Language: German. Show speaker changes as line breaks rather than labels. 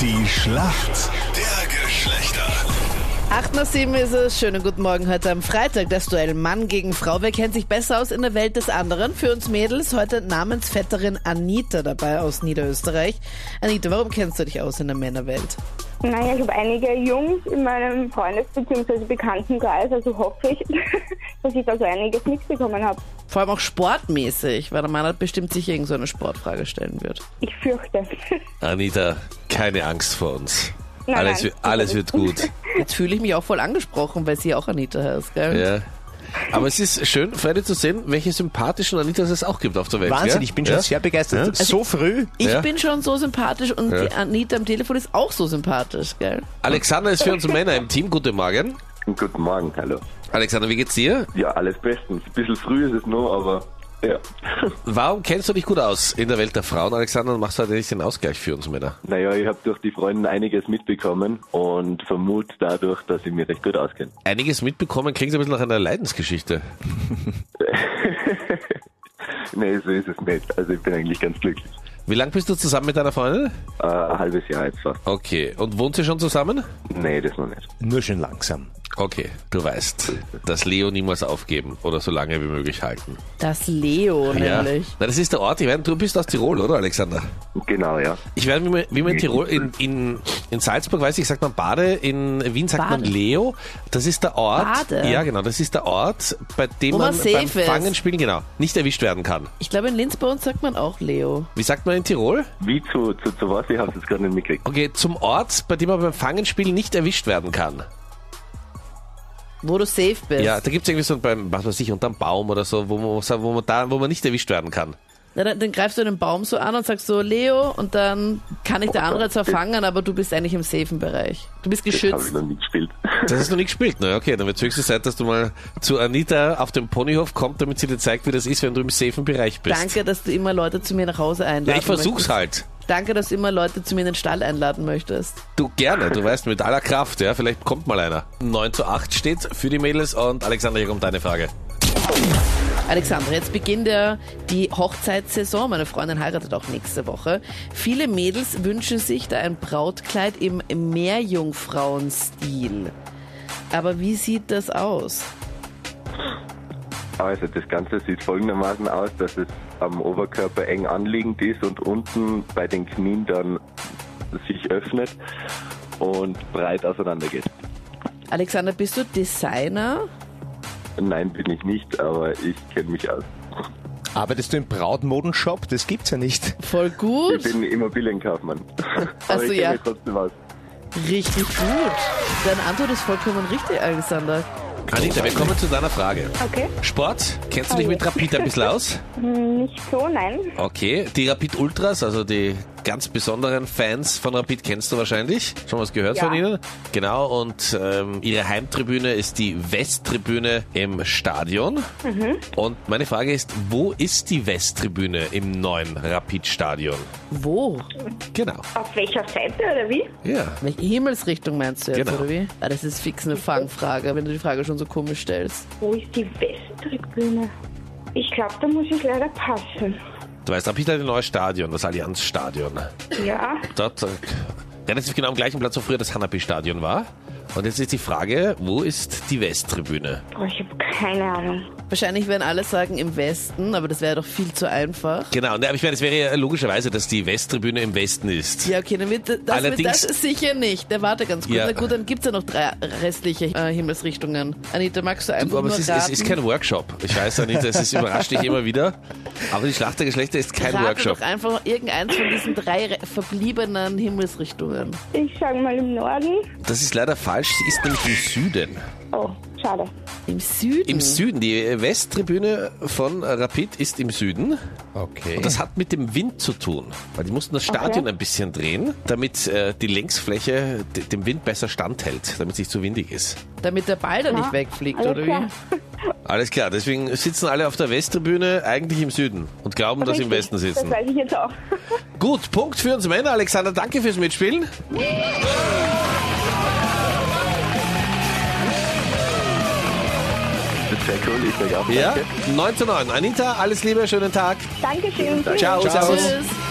Die Schlacht der Geschlechter.
8 nach 7 ist es. Schönen guten Morgen heute am Freitag. Das Duell Mann gegen Frau. Wer kennt sich besser aus in der Welt des anderen? Für uns Mädels heute Namensvetterin Anita dabei aus Niederösterreich. Anita, warum kennst du dich aus in der Männerwelt?
Naja, ich habe einige Jungs in meinem Freundes- bzw. Bekanntenkreis, also hoffe ich, dass ich da so einiges mitbekommen habe.
Vor allem auch sportmäßig, weil der Mann hat bestimmt sich irgendeine so eine Sportfrage stellen wird.
Ich fürchte.
Anita, keine Angst vor uns.
Nein,
alles,
nein.
wi- alles wird gut.
Jetzt fühle ich mich auch voll angesprochen, weil sie auch Anita heißt, gell?
Ja. Aber es ist schön, Freunde, zu sehen, welche sympathischen Anitas es auch gibt auf der Welt. ja?
Wahnsinn, ich bin schon
ja?
sehr begeistert. so früh?
Ich
Ja.
bin schon so sympathisch und
Ja.
die Anita am Telefon ist auch so sympathisch, gell?
Alexander ist für uns Männer im Team. Guten Morgen.
Guten Morgen, hallo.
Alexander, wie geht's dir?
Ja, alles bestens. Ein bisschen früh ist es noch, aber ja.
Warum kennst du dich gut aus in der Welt der Frauen, Alexander, und machst heute nicht den Ausgleich für uns Männer?
Naja, ich habe durch die Freundin einiges mitbekommen und vermute dadurch, dass ich mich recht gut auskenne.
Einiges mitbekommen klingt ein bisschen nach einer Leidensgeschichte.
Nee, so ist es nicht. Also ich bin eigentlich ganz glücklich.
Wie lang bist du zusammen mit deiner Freundin?
Äh, ein halbes Jahr jetzt fast.
Okay. Und wohnt ihr schon zusammen?
Nee, das noch nicht.
Nur schön langsam.
Okay. Du weißt, dass Leo niemals aufgeben oder so lange wie möglich halten.
Das Leo nämlich.
Na, das ist der Ort. Ich meine, du bist aus Tirol, oder, Alexander?
Genau, ja.
Ich werde, wie man, wie man in Tirol, in, in, in Salzburg weiß ich, sagt man Bade, in Wien sagt man
Bade.
Leo. Das ist der Ort.
Bade.
Ja, genau, das ist der Ort, bei dem
Wo man
man,
safe
beim
ist.
Fangen spielen, genau, nicht erwischt werden kann.
Ich glaube, in Linz bei uns sagt man auch Leo.
Wie sagt man in Tirol?
Wie zu, zu, zu was? Ich habe es gerade nicht mitgekriegt.
Okay, zum Ort, bei dem man beim Fangenspiel nicht erwischt werden kann.
Wo du safe bist.
Ja, da gibt es irgendwie so ein- beim, was weiß ich, unterm Baum oder so, wo man, wo man da, wo man nicht erwischt werden kann.
Na, dann, dann greifst du den Baum so an und sagst so, Leo, und dann kann ich der andere zwar fangen, aber du bist eigentlich im safen Bereich. Du bist
Habe ich
geschützt.
noch nicht gespielt.
Das hast du nicht gespielt, ne? Okay, dann wird höchste Zeit, dass du mal zu Anita auf dem Ponyhof kommst, damit sie dir zeigt, wie das ist, wenn du im safen Bereich bist.
Danke, dass du immer Leute zu mir nach Hause einladen
Ja, ich versuch's
möchtest.
halt.
Danke, dass du immer Leute zu mir in den Stall einladen möchtest.
Du gerne, du weißt, mit aller Kraft, ja, vielleicht kommt mal einer. 9 zu 8 steht für die Mädels und Alexander, hier kommt deine Frage.
Alexandra, jetzt beginnt ja die Hochzeitssaison. Meine Freundin heiratet auch nächste Woche. Viele Mädels wünschen sich da ein Brautkleid im Meerjungfrauenstil. Aber wie sieht das aus?
Also das Ganze sieht folgendermaßen aus, dass es am Oberkörper eng anliegend ist und unten bei den Knien dann sich öffnet und breit auseinander geht.
Alexander, bist du Designer?
Nein, bin ich nicht, aber ich kenne mich aus.
Arbeitest du im Brautmodenshop? Das gibt's ja nicht.
Voll gut.
Ich bin Immobilienkaufmann.
Ach
aber
so,
ich kenn
ja.
mich trotzdem aus.
Richtig gut. Deine Antwort ist vollkommen richtig, Alexander.
Anita, wir kommen zu deiner Frage.
Okay.
Sport, kennst du dich mit Rapid ein bisschen aus?
Nicht so, nein.
Okay, die Rapid Ultras, also die ganz besonderen Fans von Rapid kennst du wahrscheinlich. Schon was gehört
Ja.
von ihnen? Genau, und ähm, ihre Heimtribüne ist die Westtribüne im Stadion.
Mhm.
Und meine Frage ist, wo ist die Westtribüne im neuen Rapid-Stadion?
Wo?
Genau,
Auf welcher Seite oder wie?
ja.
Welche Himmelsrichtung meinst du jetzt,
Genau.
oder wie? Ah, das ist fix eine Fangfrage, wenn du die Frage schon so komisch stellst.
Wo ist die Westtribüne? Ich glaube, da muss ich leider passen.
Du weißt, Rapid hat ein neues Stadion, das Allianz-Stadion.
Ja,
Dort äh, relativ genau am gleichen Platz, wo früher das Hanapi-Stadion war. Und jetzt ist die Frage, wo ist die Westtribüne?
boah, ich habe keine Ahnung.
Wahrscheinlich werden alle sagen im Westen, aber das wäre doch viel zu einfach.
Genau, ne, aber ich meine, es wäre ja logischerweise, dass die Westtribüne im Westen ist.
Ja, okay, dann wird das, wird das
Allerdings-
sicher nicht. Der warte ganz gut.
Ja.
Na gut, dann gibt's ja noch drei restliche äh, Himmelsrichtungen. Anita, magst du einfach
Aber
nur
es ist, es
raten?
ist kein Workshop. Ich weiß, Anita, es ist überrascht dich immer wieder. Aber die Schlacht der Geschlechter ist kein
Rate
Workshop.
doch einfach irgendeins von diesen drei re- verbliebenen Himmelsrichtungen.
Ich sage mal im Norden.
Das ist leider falsch. Sie ist nämlich im Süden.
Oh, schade.
Im Süden?
Im Süden. Die Westtribüne von Rapid ist im Süden.
Okay.
Und das hat mit dem Wind zu tun. Weil die mussten das Stadion
Okay.
ein bisschen drehen, damit äh, die Längsfläche d- dem Wind besser standhält, damit es nicht zu windig ist.
Damit der Ball da nicht wegfliegt,
alles
oder
klar.
wie?
Alles klar, deswegen sitzen alle auf der Westtribüne eigentlich im Süden und glauben, dass sie im
Richtig.
Westen sitzen.
Das weiß ich jetzt auch.
Gut, Punkt für uns Männer. Alexander, danke fürs Mitspielen.
Das ist sehr cool, ich sage auch
Ja,
danke.
9 zu 9. Anita, alles Liebe, schönen Tag.
Dankeschön.
Ciao,
Ciao.
servus.
Tschüss.